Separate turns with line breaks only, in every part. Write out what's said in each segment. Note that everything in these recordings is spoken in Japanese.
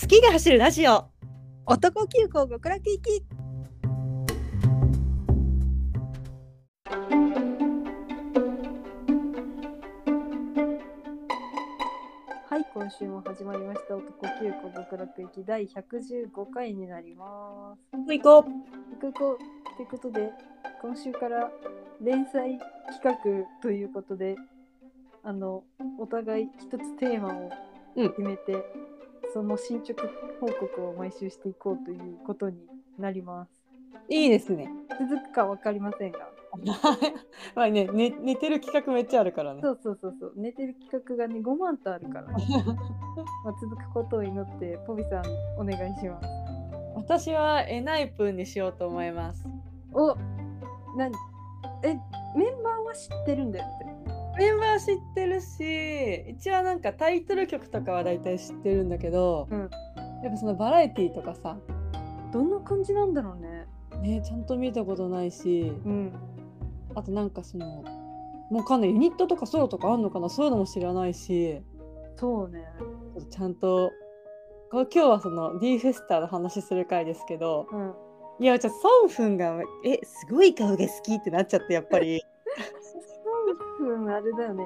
好きが走るラジオ
男急行極楽行きはい今週も始まりました男急行極楽行き第115回になります
行こう
行こうということで今週から連載企画ということであのお互い一つテーマを
うん
決めて、その進捗報告を毎週していこうということになります
いいですね
続くか分かりませんが
まあねね寝てる企画めっちゃあるからね
そうそうそうそう寝てる企画がね5万とある から、まあ、続くことを祈ってポビさんお願いします
私はエナイプンにしようと思います
お何えメンバーは知ってるんだよって
メンバー知ってるし一応なんかタイトル曲とかは大体知ってるんだけど、
うん
やっぱそのバラエティーとかさ
どんな感じなんだろうね
ねちゃんと見たことないし
うん
あとなんかそのもうかんないユニットとかソロとかあんのかなそういうのも知らないし
そうね
ちゃんとこう今日はその D フェスタの話する回ですけど
うん
いやちょっとソンフンがえすごい顔が好きってなっちゃってやっぱ り
多分あれだよね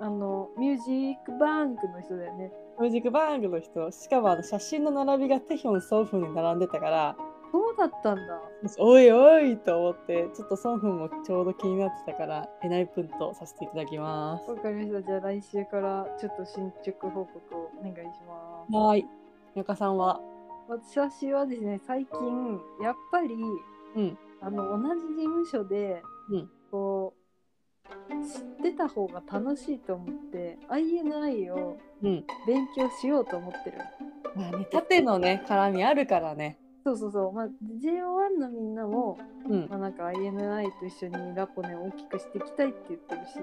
あのミュージックバンクの人だよね
ミュージックバンクの人しかもあの写真の並びがテヒョンソンフンに並んでたから
そうだったんだ
おいおいと思ってちょっとソンフンもちょうど気になってたからえないプンとさせていただきます
わかりましたじゃあ来週からちょっと進捗報告をお願いします
はいゆかさんは
私はですね最近やっぱり
うん
あの同じ事務所で、
うん
こう知ってた方が楽しいと思って INI を
うん
勉強しようと思ってる
まあね縦のね絡みあるからね
そうそうそう、まあ、JO1 のみんなも、
うん
まあ、なんか INI と一緒にラポネを大きくしていきたいって言ってるし、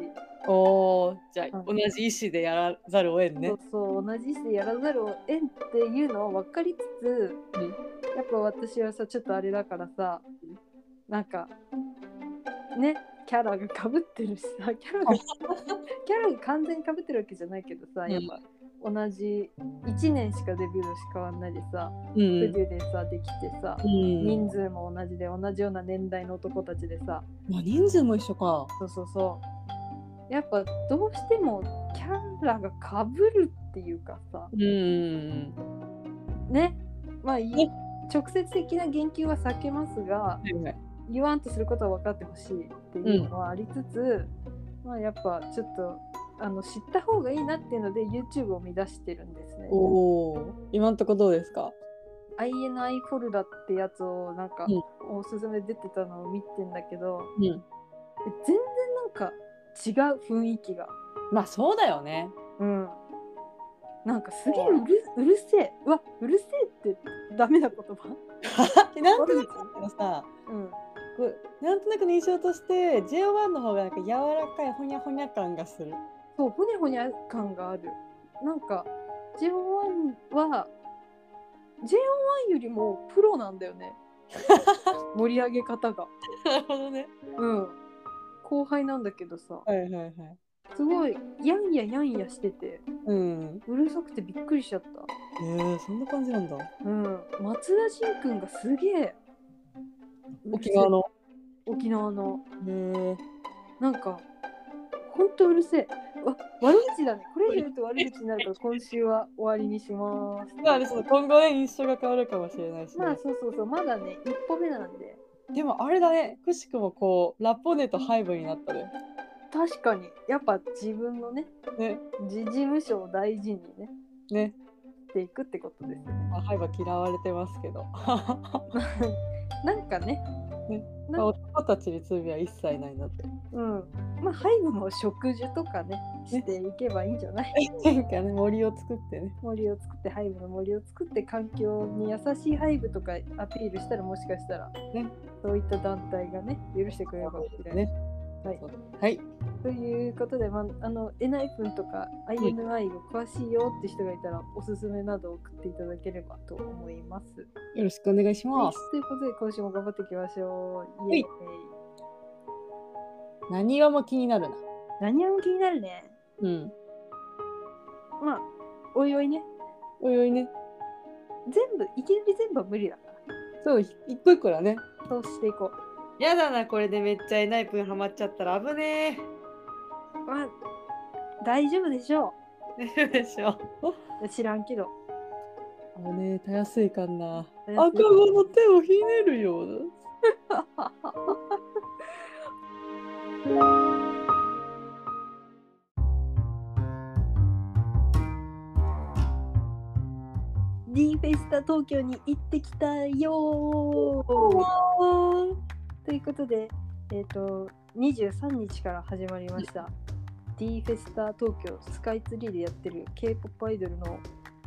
おーじゃあ、
うん
同じ意思でやらざるを得んね
そうそう同じ意思でやらざるを得んっていうのを分かりつつ、
うん
やっぱ私はさちょっとあれだからさなんかねキャラがかぶってるし さキャラがキャラが完全にかぶってるわけじゃないけどさ、
うん
やっぱ同じ1年しかデビュー年変わんないでさ、
う
デ
ん
ビューでさできてさ、
うん
人数も同じで同じような年代の男たちでさ
まあ、人数も一緒か
そうそうそうやっぱどうしてもキャラがかぶるっていうかさ、
うん
ねまあい
ね
直接的な言及は避けますが
はいはい
言わんとすることは分かってほしいっていうのはありつつ、まあやっぱちょっとあの知った方がいいなっていうので YouTube を見出してるんですね。
おお今んとこどうですか
INI フォルダってやつをなんかおすすめ出てたのを見てんだけど
うん
え全然なんか違う雰囲気が。
まあそうだよね
うんなんかすげえうるうるせえうわうるせえってダメな言葉、
なんとなくだけどさ
うん、
こうなんとなくの印象として JO1 の方がなんか柔らかいほにゃほにゃ感がする
そうほにゃほにゃ感があるなんか JO1 は JO1 よりもプロなんだよ ね盛り上げ方が
なるほどね
うん後輩なんだけどさ
はいはいはい
すごいやんややんやしてて
うん
うるさくてびっくりしちゃった
えー、そんな感じなんだ
うん松田迅くんがすげえ
沖縄の
沖縄の
えー、
なんかほんとうるせえわ悪口だねこれ以上言うと悪口になるから今週は終わりにします
まあねその今後ね印象が変わるかもしれないし、ね
まあそうそうそうまだね一歩目なんで
でもあれだねくしくもこうラッポネとハイブになったね
確かにやっぱ自分のね
ね
自事務所を大事にね
ね、
していくってことですよね
まあ、ハイブは嫌われてますけど
なんかね
ね
な
まあ
ん
男たちに罪は一切ないなって。
うんまあ背後も植樹とかねしていけばいいんじゃない
なんかね森を作ってね。
森を作って背後の森を作って環境に優しい背後とかアピールしたらもしかしたら、
ね
そういった団体がね許してくれるかもしれない。
ね
はい
はい。
ということで、まあ、あのエナイプンとか INI が詳しいよって人がいたら、おすすめなどを送っていただければと思います。
よろしくお願いし
は
ま
い
す。、
ということで今週も頑張っていきましょう。
はい
イエーイ
何がも気になるな。
何も気になるね。
うん。
まあおいおいね
おいおいね。
全部いきなり全部は無理だか
そう、ひ一個一個だね。
らそうしていこう
やだな、これでめっちゃえないぷんハマっちゃったら危ね
まあ大丈夫でしょ
え。 でしょ。
う知らんけど
危ねえ、たやすいかんな。
たやすい
赤子の手をひねるようだ。
D フェスタ東京に行ってきたよーということで、えっと23日から始まりました D フェスタ東京スカイツリーでやってる k p o p アイドルの、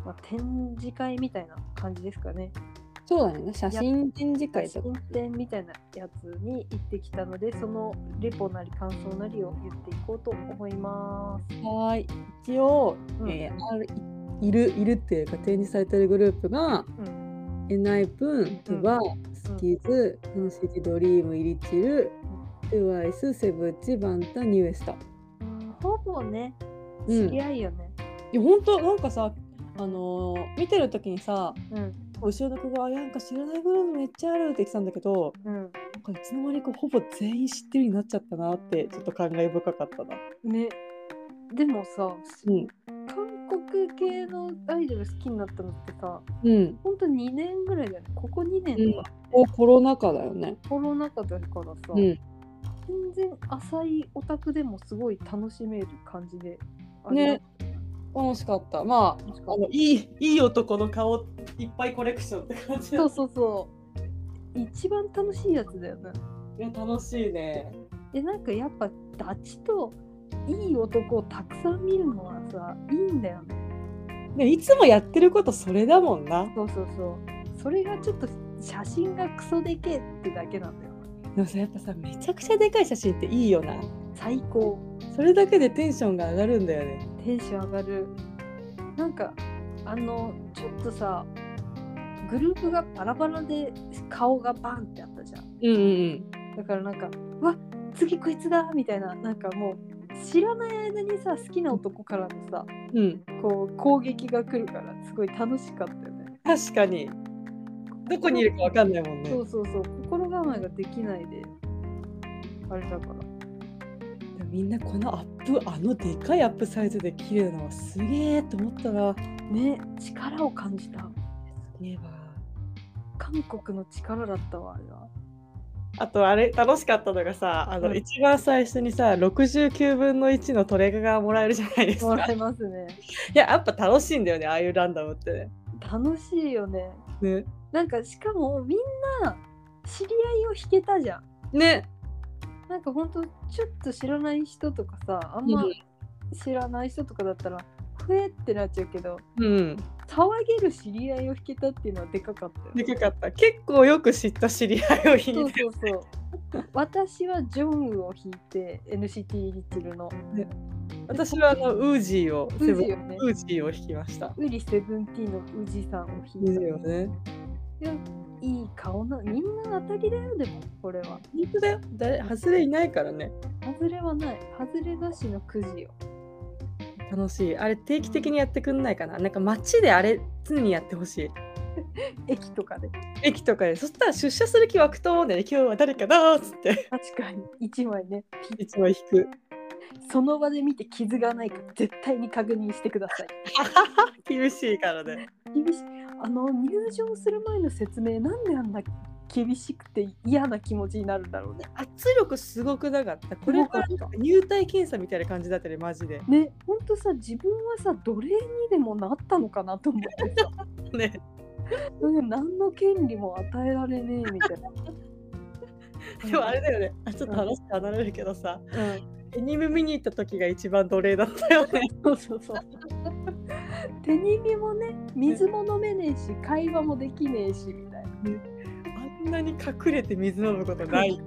まあ、展示会みたいな感じですかね
そうだね、写真展示会と
写
か
真。展みたいなやつに行ってきたのでそのレポなり感想なりを言っていこうと思います。
はーい、一応、
うん
えーあるいいるいるっていうか展示されてるグループが
うん
エナイプン、トゥバ、スキズ、フンシティドリーム、イリチル、トゥワイス、セブチ、バンタ、ニューエスタ。
ほぼね
うん
知り合いよね。
いや本当なんかさあのー見てる時にさ
うん
後ろの子が「いやなんか知らないグループめっちゃある」って言ってたんだけど
うん
なんかいつの間にかほぼ全員知ってるようになっちゃったなってちょっと感慨深かったな。
ねでもさ
うん、
韓国系のアイドル好きになったのってさ
うん、
ほんと2年ぐらいだよねここ2年とか、
おコロナ禍だよね。
コロナ禍だからさ、
うん、
全然浅いオタクでもすごい楽しめる感じであれ
ね楽しかった。まあ
楽しか
あ
っ
のいいいい男の顔いっぱいコレクションって感じ
たそうそうそう一番楽しいやつだよね
いや楽しいね
でなんかやっぱダチといい男をたくさん見るのはさいいんだよね
ねいつもやってることそれだもんな
そうそうそうそれがちょっと写真がクソでけえってだけなんだよ
でもさやっぱさめちゃくちゃでかい写真っていいよな
最高
それだけでテンションが上がるんだよね
テンション上がるなんかあのちょっとさグループがバラバラで顔がバンってあったじゃん
うんうん
だからなんか「うわ次こいつだ!」みたいななんかもう知らない間にさ好きな男からのさ
うんうん
こう攻撃が来るからすごい楽しかったよね
確かにどこにいるかわかんないもんね
そうそうそう心構えができないであれだから
でもみんなこのアップあのでかいアップサイズで綺麗なのはすげえと思ったらす
ね力を感じた
げえわ
韓国の力だったわあれは
あとあれ楽しかったのがさあの、
うん
一番最初にさ69分の1のトレガがもらえるじゃないです
も
から
えますね
いや、やっぱ楽しいんだよね、ああいうランダムってね。
楽しいよね
ね。
なんかしかもみんな知り合いを引けたじゃん
ね。
なんかほんとちょっと知らない人とかさあんま
うん
知らない人とかだったらふえってなっちゃうけど
うん。
騒げる知り合いを引けたっていうのはでかかったよ
でかかった。結構よく知った知り合いを引
そう
いて。
そうそう私はジョンウを引いて NCT リトルの
私はあの、ウージーを、
ウジよね
ウージーを引きました。
ウリセブンティーンのウジさんを
ウ
引
ー
い
ジ
た
ーをね。
いい顔なみんな当たりだよでもこれは
本当だよ。誰、外れいないからね。
外れはない外れなしのくじよ
楽しい。あれ、定期的にやってくんないかな。なんか街であれ、常にやってほしい。
駅とかで
駅とかで。そしたら出社する気湧くと思うんだよね。今日は誰かなーっつ って。
確かに1枚ねピ
いつも引く。
その場で見て傷がないか絶対に確認してください。
厳しいからね。
厳しいあの入場する前の説明なんであんな厳しくて嫌な気持ちになるんだろうね。
圧力すごくなかった。これからなんか入隊検査みたいな感じだったね、マジで。
ねほんとさ自分はさ奴隷にでもなったのかなと思ってさ
ね。
うん何の権利も与えられねえみたいな。
でもあれだよね、あちょっと話離れるけどさ、
うん、
エニメ見に行った時が一番奴隷だったよね。
そうそう そう。手に身もね水も飲めねえし会話もできねえしみたいな。
あんなに隠れて水飲むことない。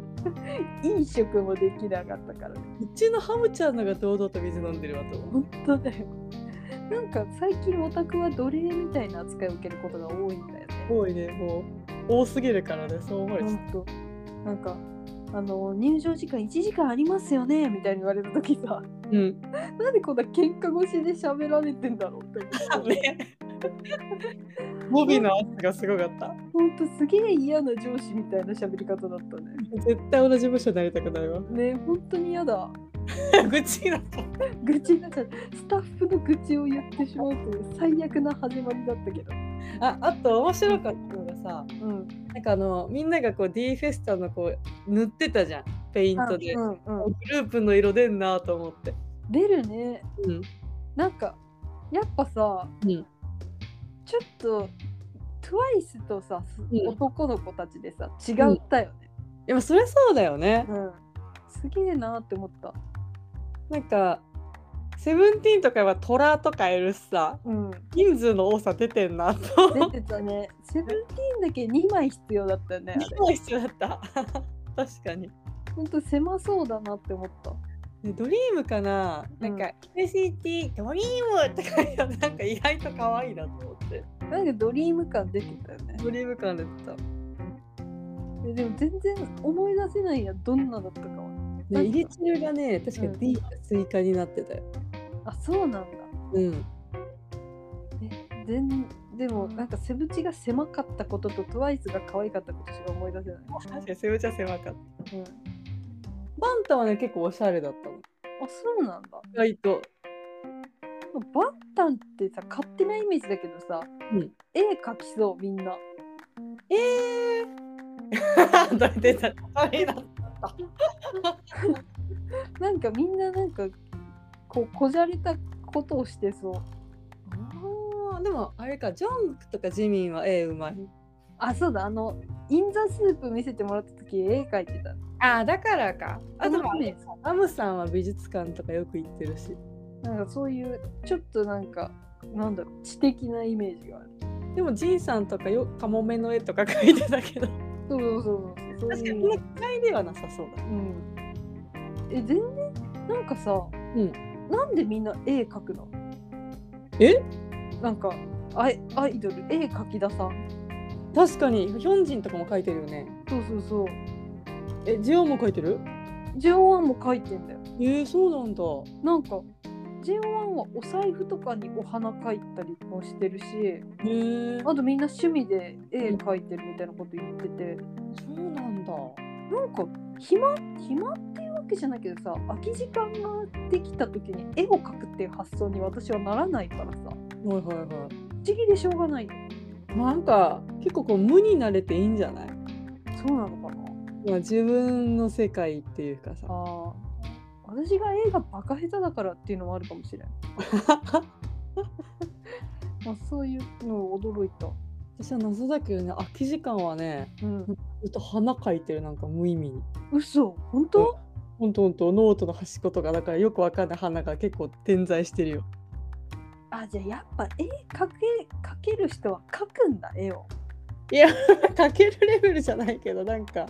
飲食もできなかったからね。
うちのハムちゃんのが堂々と水飲んでるわと思う。
本当だよなんか最近オタクは奴隷みたいな扱いを受けることが多いんだよね
すごいね、もう多すぎるからね、そう思われちゃっ
本当なんかあの入場時間1時間ありますよねみたいに言われた時さ
た。
うん。
なんでこんな喧嘩越しで喋られてんだろうって思って
ね。語尾の圧がすごかった。
ほんとすげえ嫌な上司みたいな喋り方だったね
絶対同じ部署になりたくないわ。
ね本当に嫌だ
愚痴だった。
愚痴になっちゃうスタッフの愚痴を言ってしまうという最悪な始まりだったけど
あ、あと面白かったのがさ、
うん
なんかあのみんながこう D フェスタのこう塗ってたじゃん。ペイントで。
うんうん、
グループの色出んなと思って。
出るね
うん。
なんかやっぱさ、
うん
ちょっと TWICE とさ、す
うん
男の子たちでさ違ったよね、
でもそりゃそうだよね。
うんすげえなって思った、
なんか。セブンティーンとかは虎とかいるしさ
うん、
人数の多さ出てんなと思って
出てたね セブンティーンだけ2枚必要だったよねあれ
今一緒だった 確かに
ほんと狭そうだなって思った
ねドリームかな、
う
な
ん
んか LCT ドリームって書いてあるなんか意外と可愛いなと思って
なんかドリーム感出てたよね
ドリーム感出てた、
ででも全然思い出せないやどんなだったかは
ね、入り中がね、確か
うん
D がスイカになってたよ。
あそうなんだ
うん。
え全でもなんかセブチが狭かったことと TWICE が可愛かったことしか思い出せない、
確かにセブちゃん狭かった
うん、
バンタはね、結構おしゃれだったの。
あそうなんだ
意外と
バンタンってさ勝手なイメージだけどさ、
うん
絵描きそうみんな
えー どれ出た可愛いな
なんかみんななんかこうこじゃれたことをしてそう
あ
あでも、あれか、ジョンクとかジミンは絵うまい。
あそうだあのインザスープ見せてもらった時絵描いてた
あだからかあでも
ね
アムさんは美術館とかよく行ってるし。
なんかそういうちょっとなんかなんだろう知的なイメージがある
でも、ジンさんとかよ、カモメの絵とか
とか書いてたけど
そうそうそうそうそう
確か
い
に
う
この会ではなさそうだ。
うんえ全然なんかさ、
うん
なんでみんな絵描くの
え
なんかアイアイドル絵描き出さん
確かに、ヒョンジンとかも描いてるよね。
そうそうそう
え、ジオンも描いてる
JO1 も描いてんだよ
えー、そうなんだ。
なんか JO1 はお財布とかにお花描いたりもしてるし
へえ
あとみんな趣味で絵描いてるみたいなこと言ってて
そうなんだ。
なんか暇暇っていうわけじゃないけどさ空き時間ができた時に絵を描くっていう発想に私はならないか
は
らさ
いはいは
不思議でしょうがないよ
い。なんか、結構こう無になれていいんじゃない。
そうなのかな
まあ、自分の世界っていうかさ。
ああ私が映画バカ下手だからっていうのもあるかもし れん、まあ、そういうのを驚いた、
私は謎だけどね、空き時間はね、
うん、
ずっと花描いてるなんか無意味に。
嘘本当
ほんとほんと、ノートの端っことかだからよくわかんない花が結構点在してるよ。
あじゃあやっぱ絵描け描ける人は描くんだ絵を
いや、描けるレベルじゃないけど、なんか、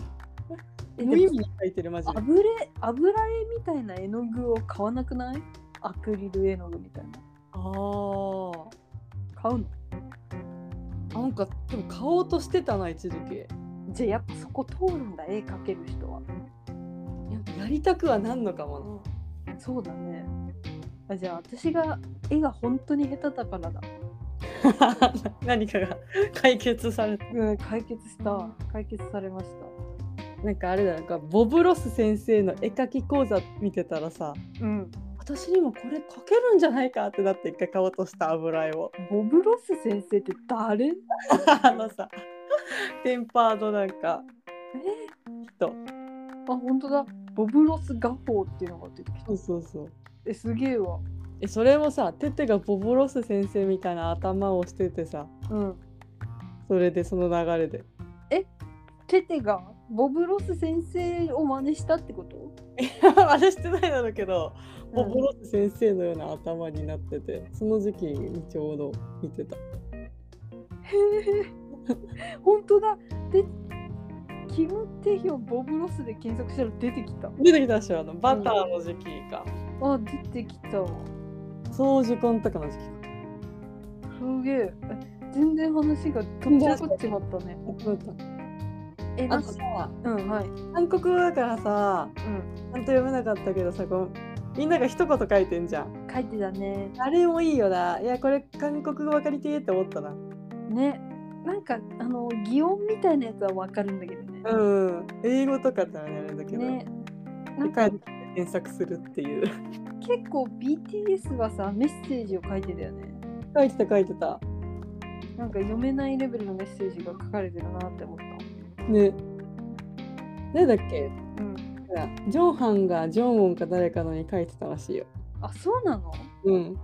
え
無意
でも
味に描いてるマジで。
油絵油絵みたいな絵の具を買わなくないアクリル絵の具みたいな
あ
買うの
あ、なんか、でも買おうとしてたな、一時期。
じゃあやっぱそこ通るんだ絵描ける人は
ややりたくはなんのかも
そうだねあじゃあ私が絵が本当に下手だからだ
な何かが解決された
うん解決した解決されました
な。なんかあれだよ、なんかボブロス先生の絵描き講座見てたらさ、
うん、
私にもこれ描けるんじゃないかってなって一回買おうとした油絵を。
ボブ・ロス先生って誰え
あのさテンパードなんか
とあ本当だボブ・ロス・画法っていうのが出てきた
そうそうそう。
えすげえわ
えそれもさテテがボボロス先生みたいな頭をしててさ
うん
それでその流れで
テテがボブ・ロス先生を真似したってこと
あれしてないだろうけど、ボボ
うん
ロス先生のような頭になっててその時期にちょうど見てた
へえ本当だでキム・テヒョンボブ・ロスで検索したら出てきた
出てきたでしょあのバターの時期か、
あ出てきたわ
そうじコンとかの時期か
すげええ全然話が飛んじゃこっちまったねえな
あ
ん
と
か
さ
うんはい
韓国語だからさ
うん
ちゃんと読めなかったけどさこう
みんなが一言書いてんじゃん
書いてたね。
あれもいいよないやこれ韓国語分かりてえって思ったな
ね。なんかあの擬音みたいなやつはわかるんだけどね。
うん英語とかだねあれだけど、
ね。な
で
ん
帰
か
って検索するっていう
結構 BTS はさメッセージを書いてたよね。
書いてた書いてた
なんか読めないレベルのメッセージが書かれてるなって思った。
ねなんだっけ
うん。
ほらジョンハンがジョンウォンか誰かのに書いてたらしいよ
あそうなの？
うん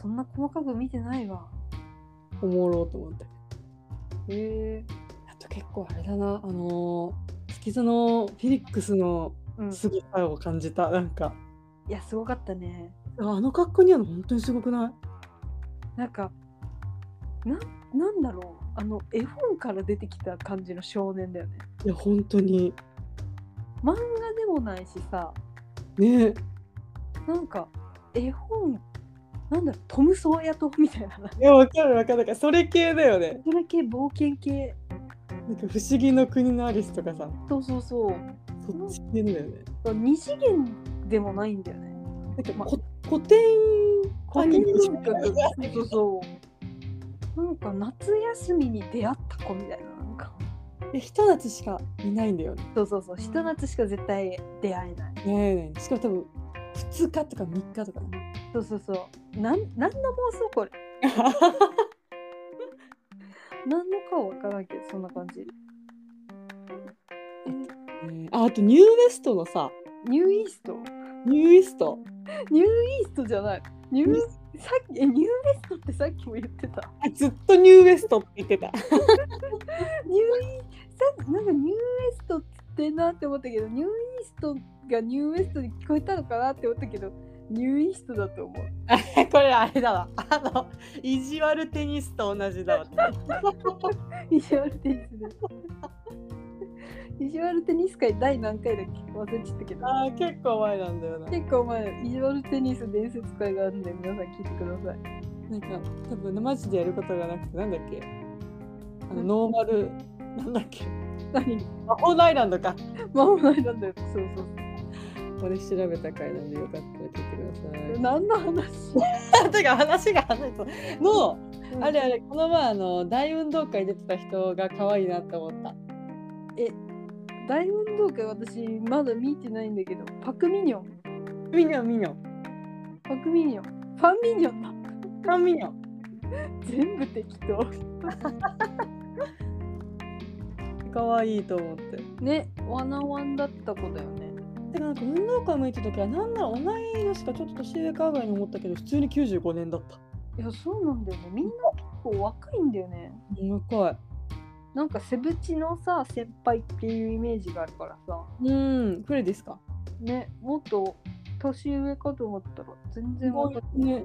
そんな細かく見てないわ。
おもろうと思った
へえ。
あと結構あれだなあのー、月座のフェリックスの
うん。
すごさを感じた、なんか
いやすごかったね。
あの格好にあるの本当にすごくない
なんかなんなんだろうあの絵本から出てきた感じの少年だよね。
いや本当に
漫画でもないしさ
ね
なんか絵本なんだろうトム・ソーヤ島みたいな
いやわかるわかるなんかそれ系だよね
それ系冒険系
なんか不思議の国のアリスとかさ
そうそうそう
そっち系だよね
二次元でもないんだよね
なんか、こ古典アニメ
古典文化そうそうなんか夏休みに出会った子みたいななんか
え人たちしかいないんだよね
そうそうそうひと夏しか絶対出会えない
ねえしかも多分2日とか3日と か、ね、
そうそうそうなん何の妄想これ何のかは分からんけどそんな感じ
ああとニューウエストのさ
ニューイースト
ニューウエスト
ニューイーストじゃないニューさっきえニューウエストってさっきも言ってた
あずっとニューウエストって言ってた
ニューイーさなんかニューウエストって言ってんなって思ったけどニューイーストがニューウエストに聞こえたのかなって思ったけどニューイーストだと思う
これあれだわ。あの、意地悪テニスと同じだわ。
ビジュアルテニスですビジュアルテニス界第何回だっけ忘れちゃったけど
ああ、結構前なんだよな。
結構前のビジュアルテニス伝説会があるんで皆さん聞いてください
なんか、多分マジでやることがなくて、なんだっけあの、ノーマル、なんだっけ
何
魔法のアイランドか。
魔法の間だよそうそう
これ調べた回なんでよかったら聞いてくだ
何の話
さい。てか話が話との、あれあ
れ
れ、この前あの、大運動会出てた人が可愛いなって思った。
大運動会私まだ見てないんだけどパクミニョン
ミニョン、ミニョン。
パクミニョンファンミニョンだ
パンミニョン。
全部適当
可愛いと思って。
ねワナワンだった子だよね
てかなんか運動会向いた時はなんなら同い年かちょっと年上かぐらいに思ったけど普通に95年だった
いやそうなんだよねみんな結構若いんだよね
若
なんかセブチのさ先輩っていうイメージがあるからさ
いうんフレですか
ねもっと年上かと思ったら全然わかんない
ね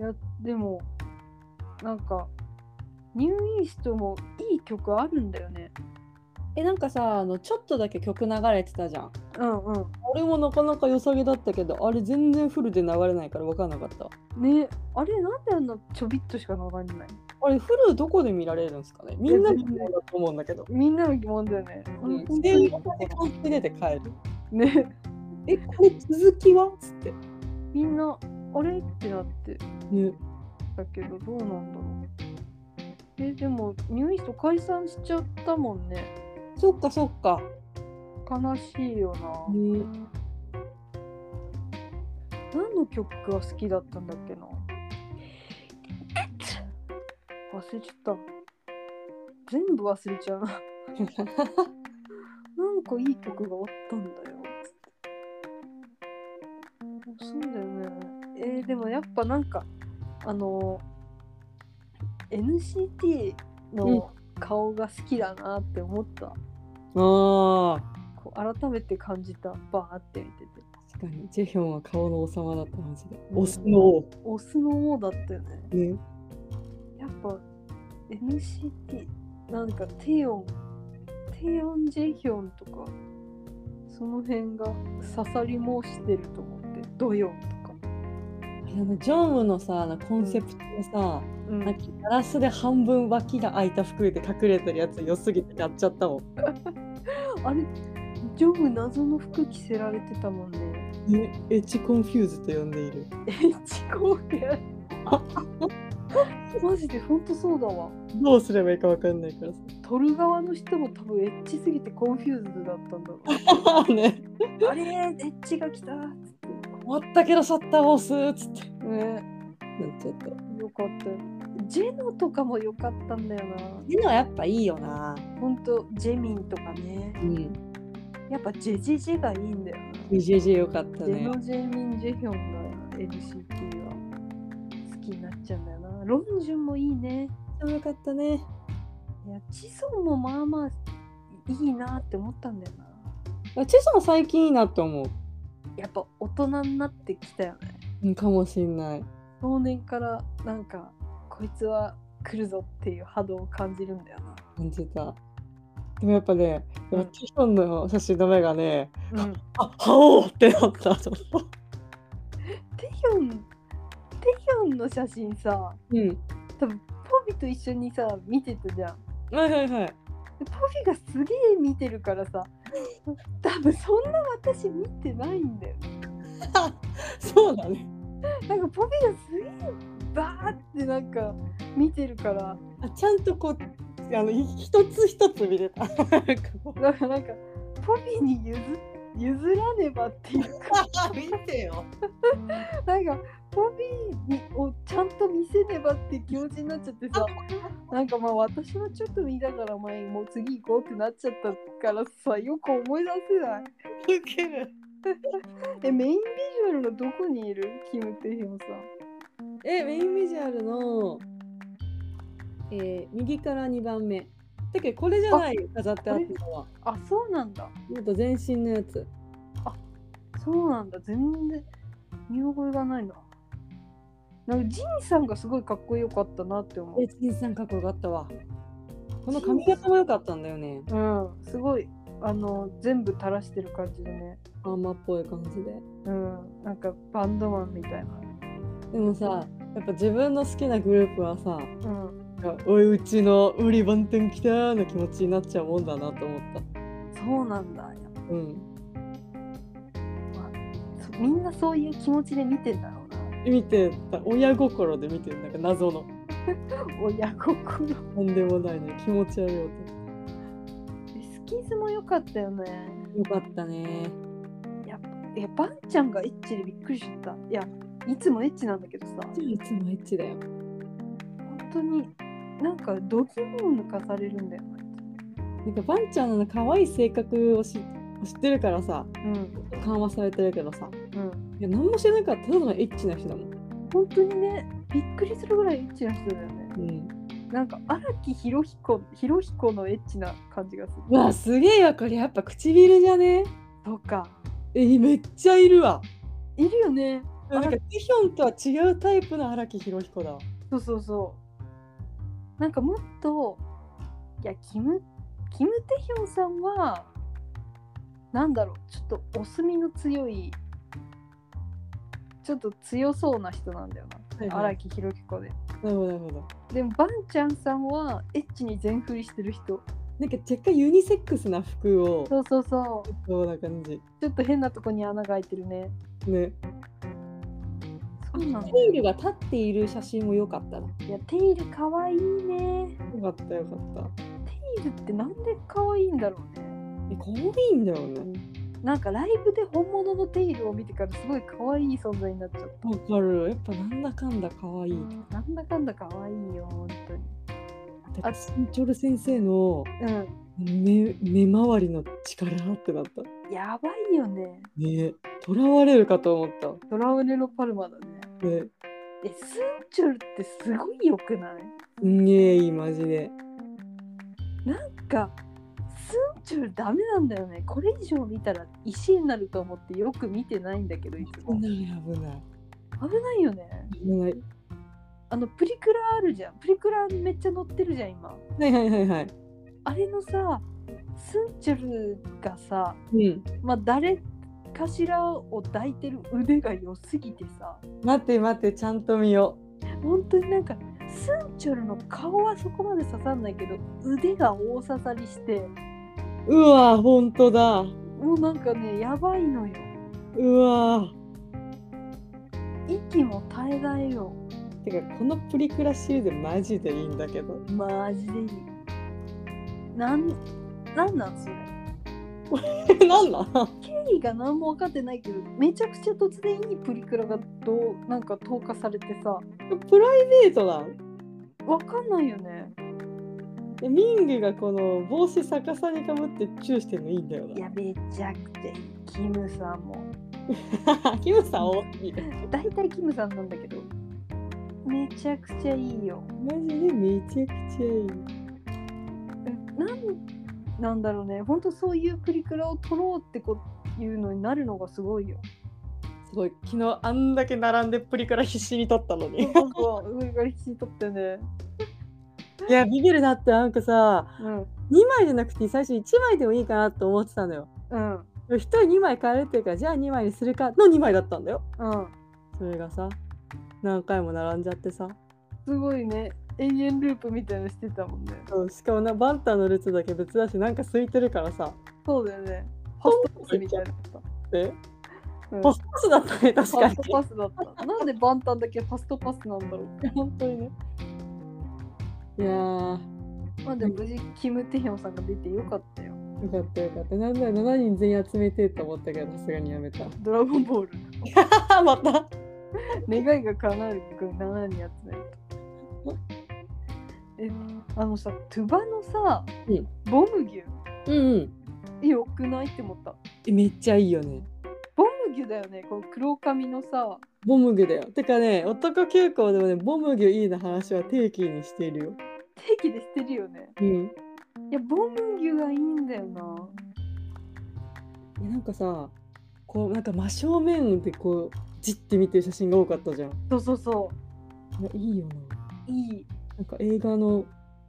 いやでもなんかニューイーストもいい曲あるんだよね
えなんかさあのちょっとだけ曲流れてたじゃん
うんうん
俺もなかなか良さげだったけどあれ全然フルで流れないから分かんなかった
ねあれなんであんなちょびっとしか流れない
あれフルどこで見られるんですかねみんな見るだと思うんだけど
みんなの疑問だよね。
うん
本当
全員
に
ここで完璧出て帰る
ね
えこれ続きはつって
みんなあれってなって
ね
たけどどうなんだろう。えでもニューイースト解散しちゃったもんね。
そっかそっか
悲しいよな。
ね
何の曲が好きだったんだっけな。忘れちゃった。全部忘れちゃう。 なんかいい曲があったんだよ。そうだよね。えーでもやっぱなんか、あの、NCT の顔が好きだなって思った。
ああ
こう改めて感じた。バーって見てて。
確かにジェヒョンは顔の王様だったマジで
うん
オスの王
オスの王だったよね。
ね
やっぱ NCT、なんかテヨン、テヨン・ジェヒョンとか、その辺が刺さりもしてると思って、ドヨンとか。
あのジョンウのさあのコンセプトのさ、
うん
なんかガラスで半分脇が開いた服で隠れてるやつ良すぎて買っちゃったもん
あれ、ジョブ謎の服着せられてたもんね。
ねエッジコンフューズと呼んでいる。
自己嫌い マジで本当そうだわ
どうすればいいかわかんないから
取る側の人も多分エッチすぎてコンフューズだったんだろ
さ。 ね。
う あれエッチが来たーっつって
終わったけどシャッターを押すっつって。ね。
なっちゃった。
よかったよジェノとかもよかったんだよな
のはやっぱいいよな。
ほんとジェミンとかね
うん。
やっぱジェジェジェがいいんだよな
BJJ よかった
ジ
ね
ェ。ノ・ジェミン・ジェヒョンが NCT は好きになっちゃうんだよな。ロンジュンもいいね。
よかったね。
いや、チソンもまあまあいいなって思ったんだよな。
チェソも最近いいなと思う。
やっぱ大人になってきたよね。
うんかもしんない。
少年からなんかこいつは来るぞっていう波動を感じるんだよな。
感じた。でもやっぱね、でも
うん
チェソンの差し止めがね、
うん、
あ、覇王ってなった。ちょっと
テヒョン、テヒョンの写真さ、
うん。
多分ポビと一緒にさ、見てたじゃん。
はいはいはい。
でポビがすげえ見てるからさ、多分そんな私見てないんだよね。
そうだね。
なんかポピがすげえバーってなんか見てるから
あちゃんとこうあのい一つ一 つ見れた。なんかこう
なんかなんかポピに譲譲らねばっていうか
見てよ。
なんかポピにをちゃんと見せねばっていう気持ちになっちゃってさなんかまあ私はちょっと見たから前もう次行こうってなっちゃったからさよく思い出せない
ウケる。
えメインビジュアルのどこにいるキム・テヒョンさん
え、メインビジュアルの、えー右から2番目。
だけどこれじゃないよ飾ってあったのは。
あそうなんだ
もっと全身のやつ。
そうなんだ全然見覚えがないななんかジンさんがすごいかっこよかったなって思う
え、ちんさんかっこよかったわ。この髪型も良かったんだよね。
うんすごいあの全部垂らしてる感じだね
アーマーっぽい感じで。
うんなんかバンドマンみたいな
でもさ、やっぱ自分の好きなグループはさ、
うん
おいうちの売り番店来たーの気持ちになっちゃうもんだなと思った。
そうなんだや
うん。
そみんなそういう気持ちで見てんだろうな
見てた親心で見てるなんか謎の
親心で
とんでもないね気持ち悪い音。
スキーズも良かったよね
よかったね。
いやバンちゃんがエッチでびっくりしちゃったいやいつもエッチなんだけどさ
いつもエッチだよ。
本当になんか度肝を抜かされるんだよね
なんかバンちゃんの可愛い性格を知知ってるからさ
うん
緩和されてるけどさ
うん
いや何もしてなかったただのエッチな人だもん。
本当にねびっくりするぐらいエッチな人だよね
うん、
なんか荒木ひろひこひろひこのエッチな感じがする
うわすげえわこれやっぱ唇じゃね
そうか
えめっちゃいるわ。
いるよね
なんかテヒョンとは違うタイプの荒木宏彦だわ。
そうそうそうなんかもっといやキムキム・テヒョンさんはなんだろうちょっとお墨の強いちょっと強そうな人なんだよ
はい
な
はい
荒木ひろひこで
なるほどなるほど。
でもバンちゃんさんはエッチに全振りしてる人
なんか若干ユニセックスな服を
そうそうそう
そうな感じ。
ちょっと変なとこに穴が開いてるね
ね。
そうなんだ
テイルが立っている写真も良かったな。
いやテイルかわいいね
よかったよかった。
テイルってなんでかわいいんだろうね
え可愛いんだよね。
なんかライブで本物のテイルを見てからすごいかわいい存在になっちゃっ
わかる。やっぱなんだかんだ可愛い。
たなんだかんだかわいいよ本当に
あスンチョル先生の
う
目目周りの力ってなった
んやばいよね
ねとらわれるかと思った
ドラウネロ・パルマだね
ね
えスンチョルってすごい良くない
すんげえいいマジで
なんかスンチョルダメなんだよねこれ以上見たら石になると思ってよく見てないんだけどいつ
危
も
ない危ない
危ないよね
危ない
あのプリクラあるじゃんプリクラめっちゃ載ってるじゃん今
はいはいはいはい
あれのさスンチョルがさ
うん
まあ誰かしらを抱いてる腕が良すぎてさ
待って待ってちゃんと見よ
本当になんかスンチョルの顔はそこまで刺さんないけど腕が大刺さりして
ううわほんとだ
もうなんかねやばいのよ
うわ
息も絶えないよ。
ーてかこのプリクラシールでマジでいいんだけど
マジでいい。なん、なんなんそれ。
なんなん
経緯が何も分かってないけど、めちゃくちゃ突然いいプリクラがどう、なんか投下されてさ、
プライベートなん
分かんないよね。
でミングがこの帽子逆さにかぶってチューしてるのいいんだよ
い
な
や、めちゃくちゃいい。キムさんも。
キムさん大きい
大体キムさんなんだけど、めちゃくちゃいいよ。
マジでめちゃくちゃいい
なんなんだろうね本当そういうプリクラを撮ろうってこいうのになるのがすご いよ。
すごい昨日あんだけ並んでプリクラ必死に撮ったのに
僕は上から引き取ってね。
いやビビるなってなんかさ
うん
2枚じゃなくて最初1枚でもいいかなと思ってたのよ
うん
1人2枚買えるっていうからじゃあ2枚にするかの2枚だったんだよ
うん。
それがさ何回も並んじゃってさ
すごいね永遠ループみたいなのしてたもんね。
そうしかもなバンターのルーツだけ別だしなんか空いてるからさ
そうだよね。ファストパスみたいなのだっ
え
た。うん
ポストだったね確
フ
か
ァ
に
ストパスだった。なんで万端だけファストパスなんだろう。
本当にねいやー
まあでも無事キム・テヒョンさんが出てよかったよ。
よかったよかった。なんだよ、7人全員集めてと思ったけど、さすがにやめた。
ドラゴンボール。
また
願いが叶うくん7人集めると。え、あのさ、トゥバのさ、
うん
ボム牛
うんうん。
よくないって思った。
え、めっちゃいいよね。
ボム牛だよね、この黒髪のさ、
ボムグだよ。てかね、男急行でもね、ボムグいいな話は定期にしているよ。
定期でしてるよね。
うん。
いや、ボム牛がいいんだよな。
えなんかさ、こう、なんか真正面でこう、じって見てる写真が多かったじゃん。
そうそうそ
いやいいよな。
う、いい。
なんか映画の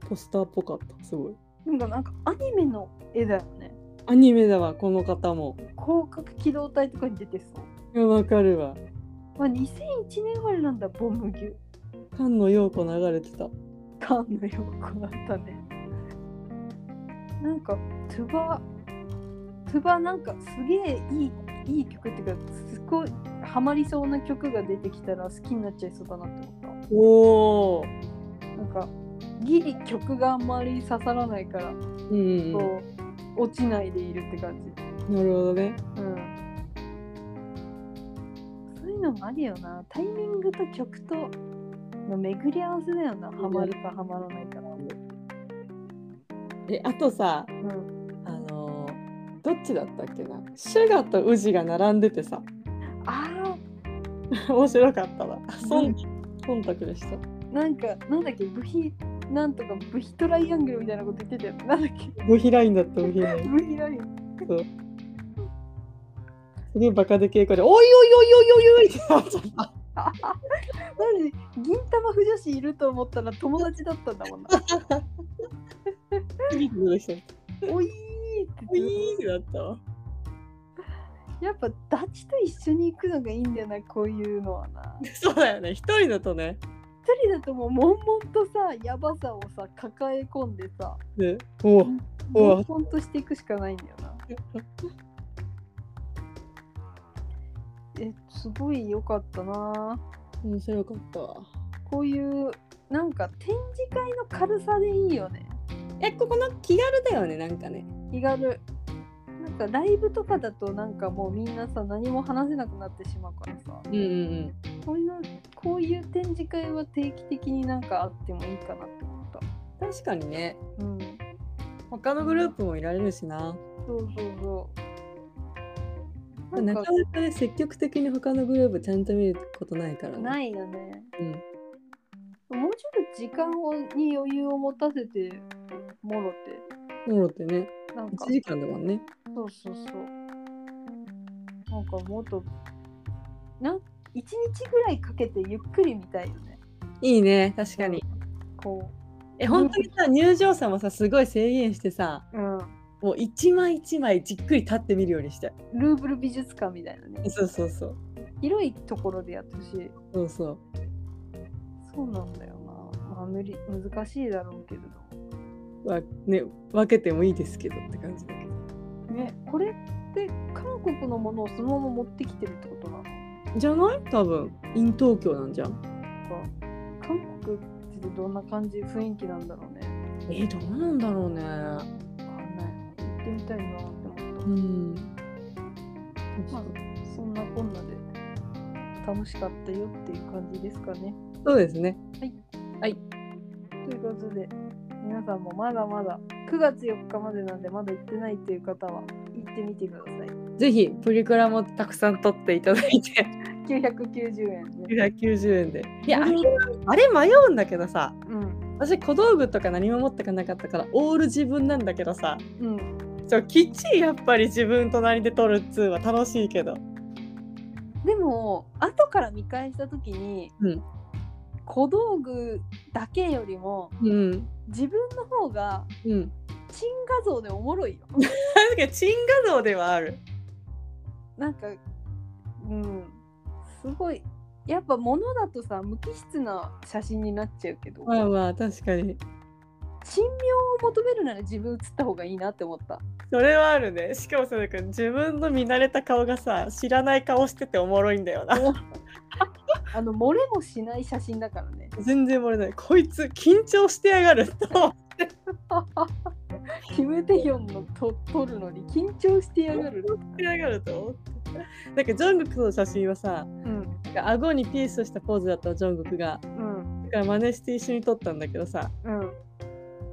ポスターっぽかった。すごい。
なんかなんかアニメの絵だよね。
アニメだわ、この方も。
広角機動隊とかに出てそう。
いや、わかるわ。
まあ、2001年生まれなんだ、ボム牛。
菅野陽子流れてた。
感のよくなったね。なんか、トゥバ、トゥバなんかすげえいい、いい曲っていうか、すごいハマりそうな曲が出てきたら好きになっちゃいそうだなって思っ
おお。
た。なんか、ギリ曲があんまり刺さらないから、
うんうんうん。
こう、落ちないでいるって感じ。
なるほどね。
うん。そういうのもあるよな。タイミングと曲との巡り合わせだよな。ハマるかハマらないかな。
え、あとさ、
うん。
あのーどっちだったっけなシュガとウジが並んでてさ
ああ、
面白かったわそんコンタクでした
なんか、なんだっけ、ブヒ、なんとかブヒトライアングルみたいなこと言ってたよ。なんだっけ、
ブヒラインだったブヒライン
ブヒライン。
すげえバカでけえ声で「おいおいおいおいおいおい!」ってなっちゃった
なんで、銀玉不女子いると思ったら友達だったんだもんな。
いいことでした
おいーって
おいーってなったわ
やっぱ、ダチと一緒に行くのがいいんだよな、こういうのはな。
そうだよね一人だとね
一人だともう、悶々とさ、やばさをさ、抱え込んでさ、
でおうお
悶々としていくしかないんだよな。え、すごい良かったな。
面白かったわ
こういう、なんか展示会の軽さでいいよね。
えここの気軽だよねなんかね
気軽なんかライブとかだとなんかもうみんなさ何も話せなくなってしまうからさ
うんうん
こういうこういう展示会は定期的になんかあってもいいかなって思った
うん確かにね
うん
他のグループもいられるしな
そうそうそう
な
な
んか
か
なかね積極的に他のグループちゃんと見ることないからね
ないよね
うん
もうちょっと時間をに余裕を持たせてもろて
モロってね、
なんか
1時間だもんね。
そうそうそう。なんかもっと、なん一日ぐらいかけてゆっくり見たいよね。
いいね、確かに。
こ
え、本当にさ、入場者もさ、すごい制限してさ、
う、うん、
もう一枚一枚じっくり立って見るようにして。
ルーブル美術館みたいなね。
そうそうそう。
広いところでやってほしい。
そうそう。
そうなんだよな。まあ無理、難しいだろうけれど。
わね、分けてもいいですけどって感じだけど。
ね
ね
これって韓国のものをそのまま持ってきてるってことなのか
じゃない多分イン東京なんじゃん
韓国ってどんな感じ雰囲気なんだろうね
えー、どうなんだろうね
わかんない行ってみたいなって思った
うん
まあそんなこんなで楽しかったよっていう感じですかね
そうですね
ということで皆さんもまだまだ9月4日までなんでまだ行ってないという方は行ってみてください
ぜひプリクラもたくさん撮っていただいて
990円ね
990円でいやあ
う
れ
ん
あれ迷うんだけどさ
うん
私小道具とか何も持ってかなかったからオール自分なんだけどさ
うん
そうきっちりやっぱり自分隣で撮るっつうは楽しいけど
でも後から見返した時に、
うん
小道具だけよりも
うん
自分の方が
うん
チン画像でおもろいよ
確かにチン画像ではある
なんかうんすごいやっぱ物だとさ無機質な写真になっちゃうけど、
まあまあ確かに
神妙を求めるなら自分写った方がいいなって思った
それはあるねしかもさなんか自分の見慣れた顔がさ知らない顔してておもろいんだよな
あの漏れもしない写真だからね
全然漏れないこいつ緊張してやがると
キム・テヒョンのと撮るのに緊張してやがる、
してやがると思ってなんかジョングクの写真はさ
うん
なんか顎にピースしたポーズだったのジョングクが
うん
だから真似して一緒に撮ったんだけどさ
うん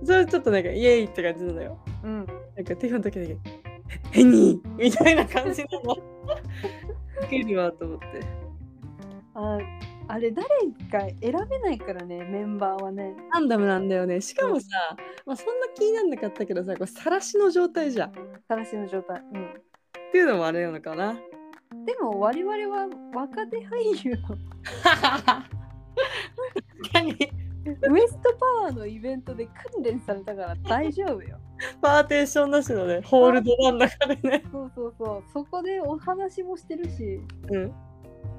それちょっとなんかイエーイって感じなのよ
うん
なんか手の時だけ 「ヘニー!」みたいな感じなのウケるわと思って
ああれ誰か選べないからねメンバーはね
ランダムなんだよねしかもさ、まあ、そんな気になんなかったけどさこれ晒しの状態じゃん
悲しの状態、
っ
う
ていうのもあれなのかな。
ん、でも我々は若手俳優の ウエストパワーのイベントで訓練されたから大丈夫よ
パーテーションなしのね、ホールドなんだからね。
そうそうそうそこでお話もしてるし
うん。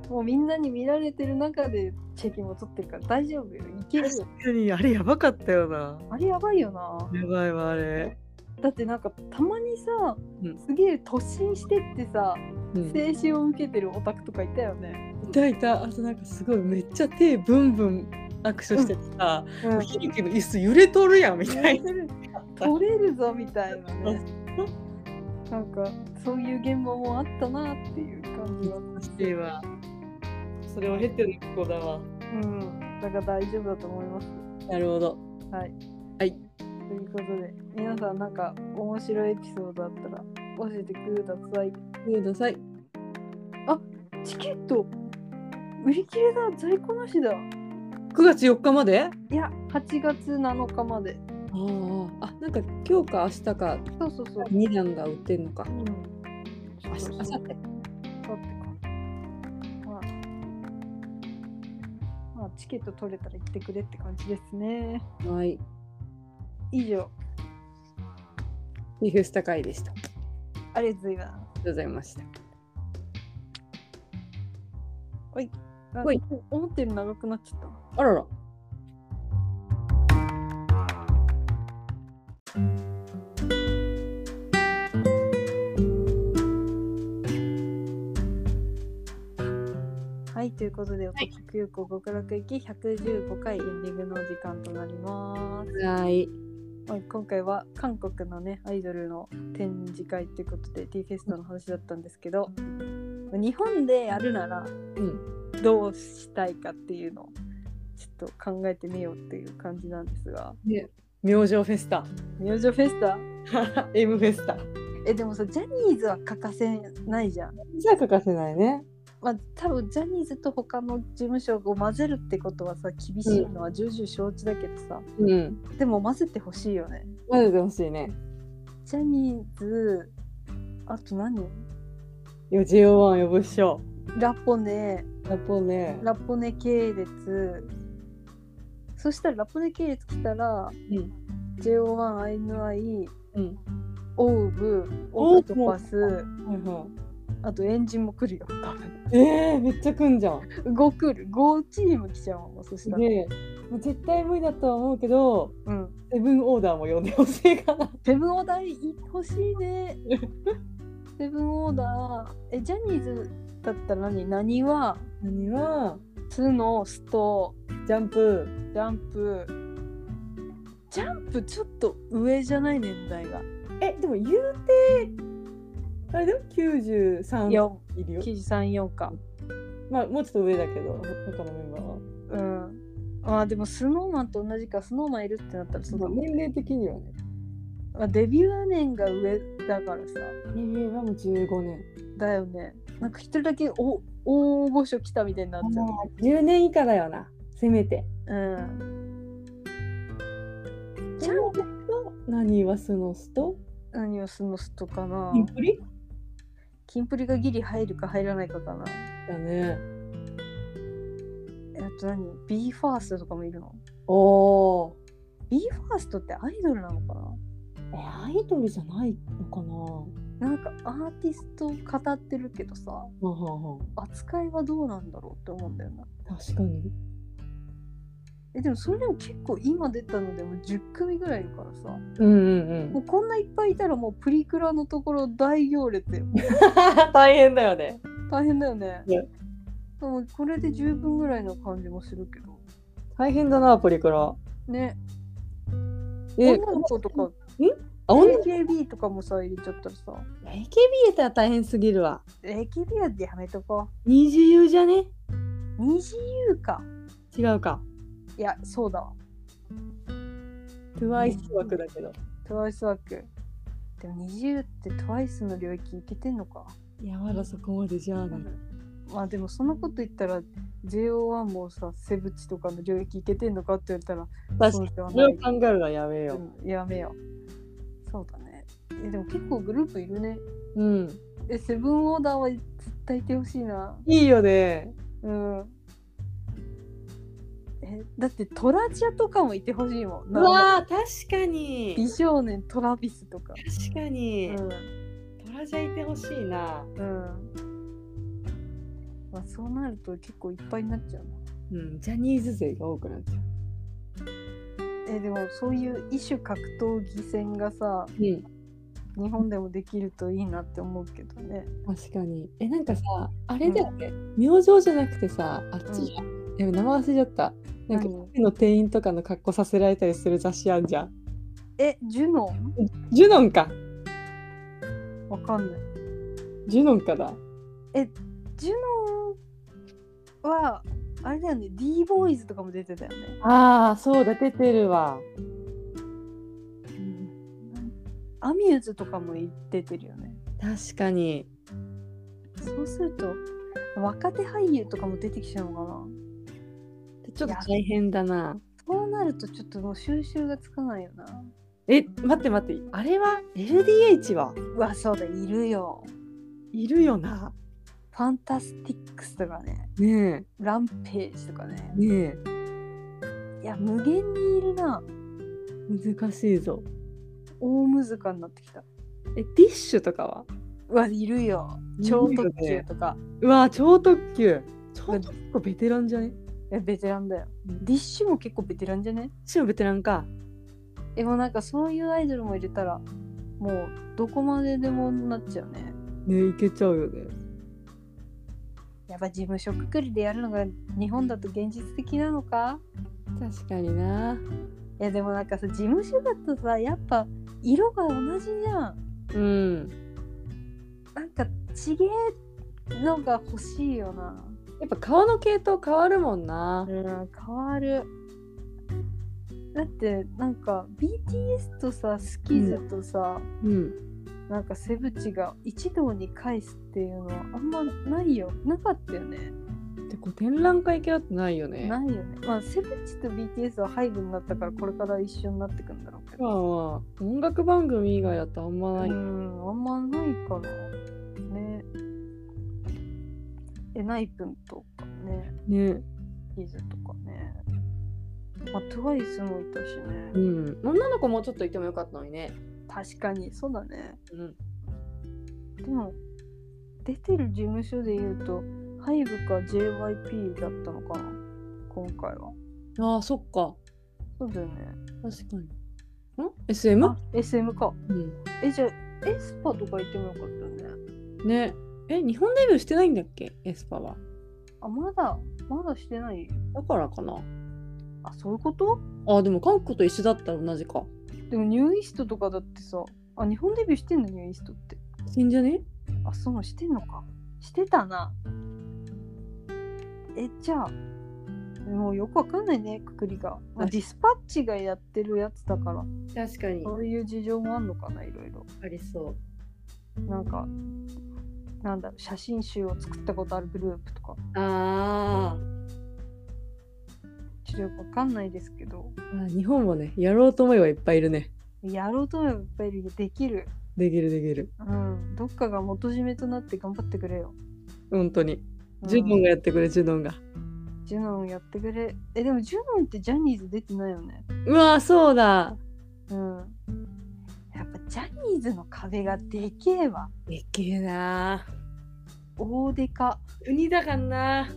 もうみんなに見られてる中でチェキも取ってるから大丈夫よいけるよ
確かに、あれやばかったよな。
あれやばいよな
やばいわ、あれ。
だってなんかたまにさ
うん
すげえ突進してってさ
うん、
青春を受けてるオタクとかいたよね、
いたいた。あとなんかすごい、めっちゃ手ブンブン握手しててさ、
う
ひるきの椅子揺れとるやんみたいな。
取れるぞみたいなねなんかそういう現場もあったなっていう感じは、
しいわ。それを経てのここだわ。
うん、だから大丈夫だと思います
なるほど。
はい
はい
ということで皆さんなんか面白いエピソードあったら教えてください
ください。
チケット売り切れだ在庫なしだ
9月4日まで
いや8月7日まで
ああ、あ、なんか今日か明日か
そうそうそう、
2段が売ってんのか。
うん、
明日、明後日。
そうってか。まあ、まあ、チケット取れたら行ってくれって感じですね。
はい。
以上、
リフスタ会でした。あり
ありがとうございま
がとうございました。
す。なんか
はい
思ったより長くなっちゃったな。
あらら。
はい、ということで、おときくゆこ極楽行き115回エンディングのお時間となります。
はい。
はい、今回は韓国のね、アイドルの展示会ということで、T フェストの話だったんですけど、日本でやるなら
うん。
どうしたいかっていうのをちょっと考えてみようっていう感じなんですが、
明星フェスタ。
明星フェスタ
M フェスタ。
えでもさジャニーズは欠かせないじゃん
じゃあ欠かせないね。
まあ多分ジャニーズと他の事務所を混ぜるってことはさ厳しいのは重々承知だけどさ、
うん。
でも混ぜてほしいよね
混ぜてほしいね。
ジャニーズあと何
よ、JO1 呼ぶっしょ。
ラポネ
ラポね。
ラポネ系列そしたらラポネ系列来たら、
うん、
JO1INI
うん。
オウブ
オ
オ
ウ
ー
ブ
トパス
はいは
あとエンジンも来るよ多
い。
分
えー、めっちゃ来んじゃん。
5来る5チーム来ちゃうもんそし
す
たら
げえ。もう絶対無理だとは思うけど
うん。
セブンオーダーも読んでほしいかな
セブンオーダー欲しいね。 セブンオーダー。え、ジャニーズだったら何何は、
何は
スノスト、
ジャンプ
ジャンプ。ジャンプちょっと上じゃない年代が。
えでも言うてあれだよ93
4、
いるよ
93、4か。
まあもうちょっと上だけど他のメンバーは
うん。あーでもスノーマンと同じかスノーマンいるってなったらそう
ま
だ
あ
もん
年齢的にはね
まあデビュー年が上だからさ
年齢はもう15年
だよねなんか一人だけお大御所来たみたいになっちゃう
10年以下だよなせめて
うん
ジャンプと何はスノスと
何をすのすとかな
インプリ
キンプリがギリ入るか入らないかかな
だね
えあと何 b ファーストとかもいるの
おお
b ファーストってアイドルなのか
えアイドルじゃないのかな
ななんかアーティストを語ってるけどさ
ははは
扱いはどうなんだろうって思うんだよな
確かに
えでもそれでも結構今出たのでも10組ぐらいいるからさ
うんうん
もうこんないっぱいいたらもうプリクラのところ大行列よ
大変だよね
大変だよね
ね
でもこれで十分ぐらいの感じもするけど
大変だなプリクラ
ね
え
女の子とか
あ女の子
AKB とかもさ入れちゃったらさ
AKB 入れたら大変すぎるわ
AKB はやめとこ
二次優じゃね
う虹優か
違うか
いやそうだわ
TWICE 枠だけど
TWICE 枠でも虹優って TWICE の領域いけてんのか
いやまだそこまでじゃあない
まあでもそんなこと言ったら JO1 もさセブチとかの領域いけてんのかって言ったら
確
そ
か
うでは
にそれ
な
を
い
考えるのはやめよ
うんやめようそうだねえでも結構グループいるね
ううん
えセブンオーダーは絶対いてほしいない
いよね
うんえだってトラジャとかもいてほしいもん
う
なんか
わあ確かに
美少年トラビスとか
確か
う
に、
ん
トラジャいてほしいな
うんまあそうなると結構いっぱいになっちゃうな
うんジャニーズ勢が多くなっちゃ
えでもそういう異種格闘技戦がさ
ううん
日本でもできるといいなって思うけどね
確かにえなんかさあれだよね、明星じゃなくてさあっちじゃん、でも名前忘れちゃったなんか
何
駅の店員とかの格好させられたりする雑誌あんじゃん
えジュノン
ジュノンか
わかんない
ジュノンかだ
ジュノンはあれだよね D ボーイズとかも出てたよね
ああそうだ出てるわ
アミューズとかも出てるよね
確かに
そうすると若手俳優とかも出てきちゃうのかな
ちょっと大変だな
そうなるとちょっともう収集がつかないよな
え待って待ってあれは LDH は
うわそうだいるよ
いるよな
ファンタスティックスとかね
ね
ランページとかね
えねえ
いや無限にいるな
難しいぞ
大難かになってきた
えディッシュとかは
うわいるよ超特急とか、
うわ超特急超特急ベテランじゃね
えベテランだよ
うん
ディッシュも結構ベテランじゃね
シもベテランか
でもなんかそういうアイドルも入れたらもうどこまででもなっちゃうね
ねいけちゃうよね
やっぱ事務所くくりでやるのが日本だと現実的なのか
確かにない
やでもなんかさ事務所だとさやっぱ色が同じじゃん
うん
なんかちげえのが欲しいよな
やっぱ顔の系統変わるもんな
うん変わるだってなんか BTS とさスキズとさ、
うん
なんかセブチが一堂に返すっていうのはあんまないよなかったよね
でこう展覧会系だってないよね
ないよねまあセブチと BTS はハイブになったからこれから一緒になってくんだろうけ
今
ど
は音楽番組以外だとあんまない、
うんあんまないかなねえナイプンとかね
ね
キーズとかねまあ TWICE もいたし
う
ね
ん女の子もうちょっといてもよかったのにね
確かにそうだね
うん
でも出てる事務所で言うとハイブか JYP だったのかな今回は
ああ、そっか。
そうだよね。
確かに。ん ?SM?
あ、SM か。
うん。
え、じゃあ、エスパとか行ってもよかったね。
ね。え、日本デビューしてないんだっけエスパは。
あ、まだ、まだしてない
だからかな。
あ、そういうこと
ああ、でも韓国と一緒だったら同じか。
でもニューイーストとかだってさ、あ、日本デビューしてんのニューイーストって。
死んじゃね
あ、そう、してんのか。してたな。え、じゃあ、もうよくわかんないね、くくりが。まあ
はい
ディスパッチがやってるやつだから、
確かに
そういう事情もあんのかな、いろいろ。
ありそう。
なんか、なんだろう、写真集を作ったことあるグループとか、
あ
ちょっとよくわかんないですけど、
あ。日本もね、やろうと思えばいっぱいいるね。
やろうと思えばいっぱいいるけどできる。
できるできる。
うん、どっかが元締めとなって頑張ってくれよ。
本当に。
うん
ジュノンがやってくれ、ジュノンが。
ジュノンやってくれ。え、でもジュノンってジャニーズ出てないよね。
うわー、そうだ。
うん。やっぱジャニーズの壁がでけえわ。
でけえな
大でか。
国だからな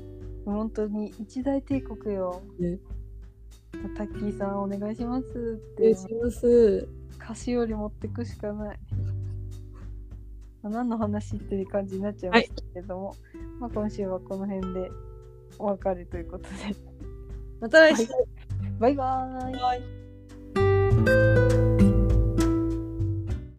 本当に一大帝国よ。
ね
タッキーさんお願いしますって
失礼します。
歌詞より持ってくしかない。まあ何の話っていう感じになっちゃいま
はい
したけれども、まあ、今週はこの辺でお別れということで。
また来週。
バイバーイ。
はい